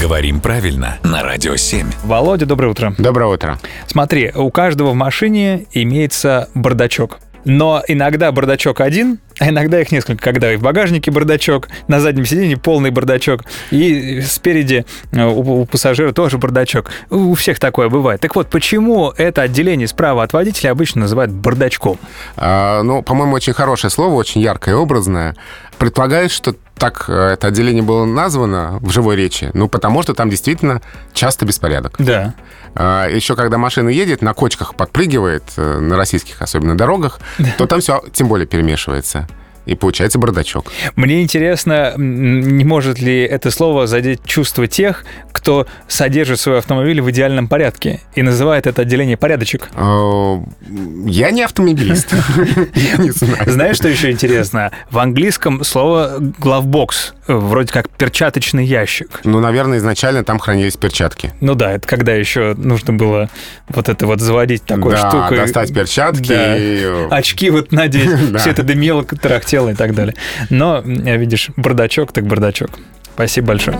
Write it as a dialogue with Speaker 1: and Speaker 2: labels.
Speaker 1: Говорим правильно на Радио 7.
Speaker 2: Володя, доброе утро.
Speaker 3: Доброе утро.
Speaker 2: Смотри, у каждого в машине имеется бардачок. Но иногда бардачок один, а иногда их несколько. Когда и в багажнике бардачок, на заднем сиденье полный бардачок, и спереди э, у, у пассажира тоже бардачок. У всех такое бывает. Так вот, почему это отделение справа от водителя обычно называют бардачком?
Speaker 3: А, ну, по-моему, очень хорошее слово, очень яркое и образное. Предполагаю, что так э, это отделение было названо в живой речи, ну, потому что там действительно часто беспорядок.
Speaker 2: Да.
Speaker 3: А, Еще когда машина едет, на кочках подпрыгивает, э, на российских особенно дорогах, то там все тем более перемешивается. И получается бардачок.
Speaker 2: Мне интересно, м, не может ли это слово задеть чувства тех, кто содержит свой автомобиль в идеальном порядке и называет это отделение порядочек?
Speaker 3: Э, Я не автомобилист. Я не знаю.
Speaker 2: Знаешь, что еще интересно? В английском слово главбокс, э, вроде как перчаточный ящик.
Speaker 3: Ну, наверное, изначально там хранились перчатки.
Speaker 2: Ну да, это когда еще нужно было вот это вот заводить такой
Speaker 3: да,
Speaker 2: штукой.
Speaker 3: достать перчатки.
Speaker 2: Да.
Speaker 3: и, э,
Speaker 2: Очки вот надеть,
Speaker 3: Да.
Speaker 2: все это дымело, тарахтело и так далее. Но, м, видишь, бардачок так бардачок. Спасибо большое.